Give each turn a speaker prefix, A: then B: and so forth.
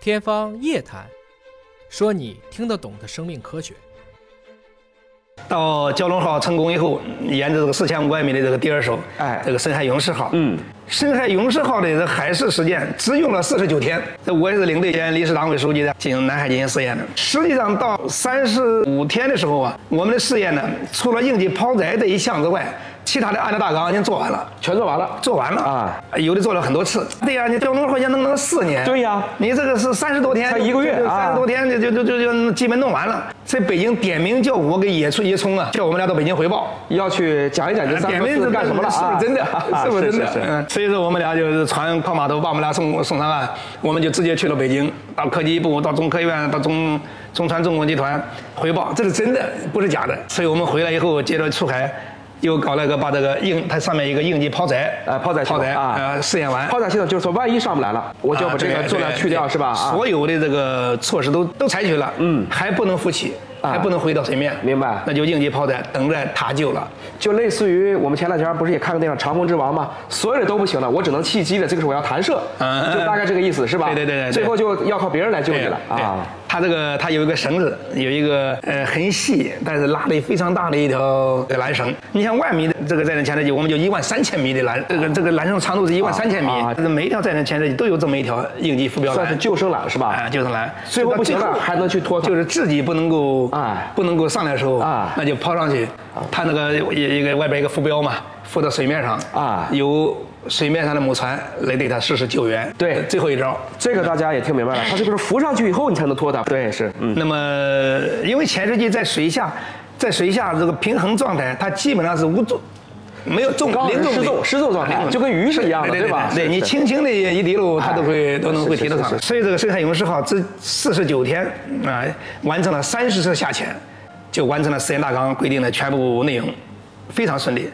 A: 天方夜谭，说你听得懂的生命科学。
B: 到蛟龙号成功以后，沿着这个四千五百米的这个第二手，
C: 哎
B: 这个深海勇士号，
C: 嗯，
B: 深海勇士号的这海试实践只用了四十九天。这我也是领队兼理事党委书记的，进行南海进行试验的。实际上到三十五天的时候啊，我们的试验呢，除了应急抛载这一项之外，其他的按照大纲已经做完了。
C: 全做完了。
B: 做完了
C: 啊，
B: 有的做了很多次。对呀、你蛟龙号现在能弄四年。
C: 对呀
B: 你这个是三十多天，
C: 才一个月
B: 三
C: 啊
B: 十多天就就就就就基本弄完了。在北京点名叫我给野村野聪啊，叫我们俩到北京汇报。
C: 要去讲一讲这三
B: 哎点
C: 个
B: 名
C: 字干什么了
B: 是不
C: 啊？
B: 是真的？ 是不是真的？
C: 是是
B: 嗯，所以说我们俩就是船靠码头把我们俩送送上岸，我们就直接去了北京，到科技部，到中科院，到中中船重工集团汇报，这是真的，不是假的。所以我们回来以后，接着出海，又搞了个把这个应它上面一个应急抛载，
C: 呃抛载系
B: 抛
C: 统
B: 载
C: 啊
B: 呃试验完，
C: 抛载系统就是说，万一上不来了，我就要把这个
B: 啊
C: 重量去掉，
B: 对
C: 是吧？啊，
B: 所有的这个措施都都采取了，嗯，还不能浮起，
C: 啊
B: 还不能回到水面，
C: 明白
B: 那就应急抛载，等着塔救了。
C: 就类似于我们前两天不是也看过那场《长风之王》吗？所有的都不行了，我只能弃机了，这个是我要弹射，
B: 嗯
C: 就大概这个意思，是吧？
B: 对对对对对
C: 最后就要靠别人来救你了
B: 对
C: 啊！。
B: 它这个它有一个绳子，有一个呃很细，但是拉力非常大的一条缆绳。你像万米的这个载人潜水机，我们就一万三千米的缆，这个这个缆绳长度是一万三千米
C: 啊啊，
B: 这每一条载人潜水机都有这么一条应急浮标
C: 算是
B: 缆。
C: 救生缆是吧？
B: 啊，就是缆，
C: 最后不行
B: 到
C: 了还能去拖它
B: 就是自己不能够
C: 哎
B: 不能够上来的时候
C: 啊
B: 那就抛上去，它那个一一个外边一个浮标嘛，浮到水面上
C: 啊
B: 由水面上的母船来对它实施救援。
C: 对
B: 最后一招。
C: 这个大家也听明白了，它是不是浮上去以后你才能拖它？对，是，嗯，
B: 那么，因为潜水机在水下，在水下这个平衡状态，它基本上是无重，没有重
C: 高
B: 零
C: 人
B: 重
C: 失
B: 力哎
C: 重失重状态
B: 零
C: 就跟鱼是一样的
B: 对
C: 对吧
B: 对
C: 是
B: 你
C: 是
B: 轻轻的一滴溜，它都会
C: 哎
B: 都能
C: 是
B: 会
C: 是
B: 提得
C: 是
B: 上
C: 是
B: 来。所以这个深海勇士号这四十九天啊、完成了啊三十次下潜，就完成了实验大纲规定的全部内容，非常顺利。